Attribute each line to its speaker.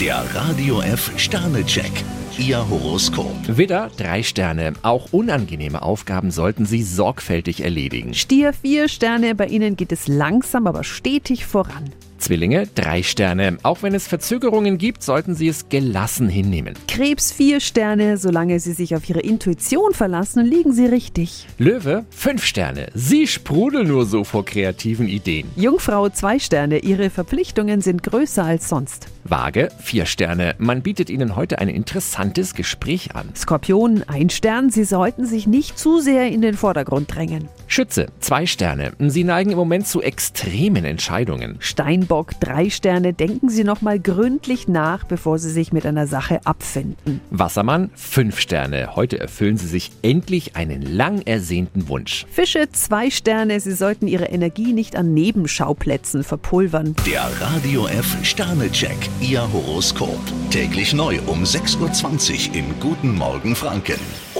Speaker 1: Der Radio F Sternecheck. Ihr Horoskop.
Speaker 2: Widder, drei Sterne. Auch unangenehme Aufgaben sollten Sie sorgfältig erledigen.
Speaker 3: Stier, vier Sterne, bei Ihnen geht es langsam, aber stetig voran.
Speaker 2: Zwillinge, drei Sterne. Auch wenn es Verzögerungen gibt, sollten Sie es gelassen hinnehmen.
Speaker 3: Krebs, vier Sterne, solange Sie sich auf Ihre Intuition verlassen, liegen Sie richtig.
Speaker 2: Löwe, fünf Sterne. Sie sprudeln nur so vor kreativen Ideen.
Speaker 3: Jungfrau, zwei Sterne, Ihre Verpflichtungen sind größer als sonst.
Speaker 2: Waage, vier Sterne. Man bietet Ihnen heute ein interessantes Gespräch an.
Speaker 3: Skorpion, ein Stern, Sie sollten sich nicht zu sehr in den Vordergrund drängen.
Speaker 2: Schütze, zwei Sterne. Sie neigen im Moment zu extremen Entscheidungen.
Speaker 3: Steinbock, drei Sterne, denken Sie nochmal gründlich nach, bevor Sie sich mit einer Sache abfinden.
Speaker 2: Wassermann, fünf Sterne. Heute erfüllen Sie sich endlich einen lang ersehnten Wunsch.
Speaker 3: Fische, zwei Sterne, Sie sollten Ihre Energie nicht an Nebenschauplätzen verpulvern.
Speaker 1: Der Radio F Sternecheck. Ihr Horoskop. Täglich neu um 6.20 Uhr im Guten Morgen Franken.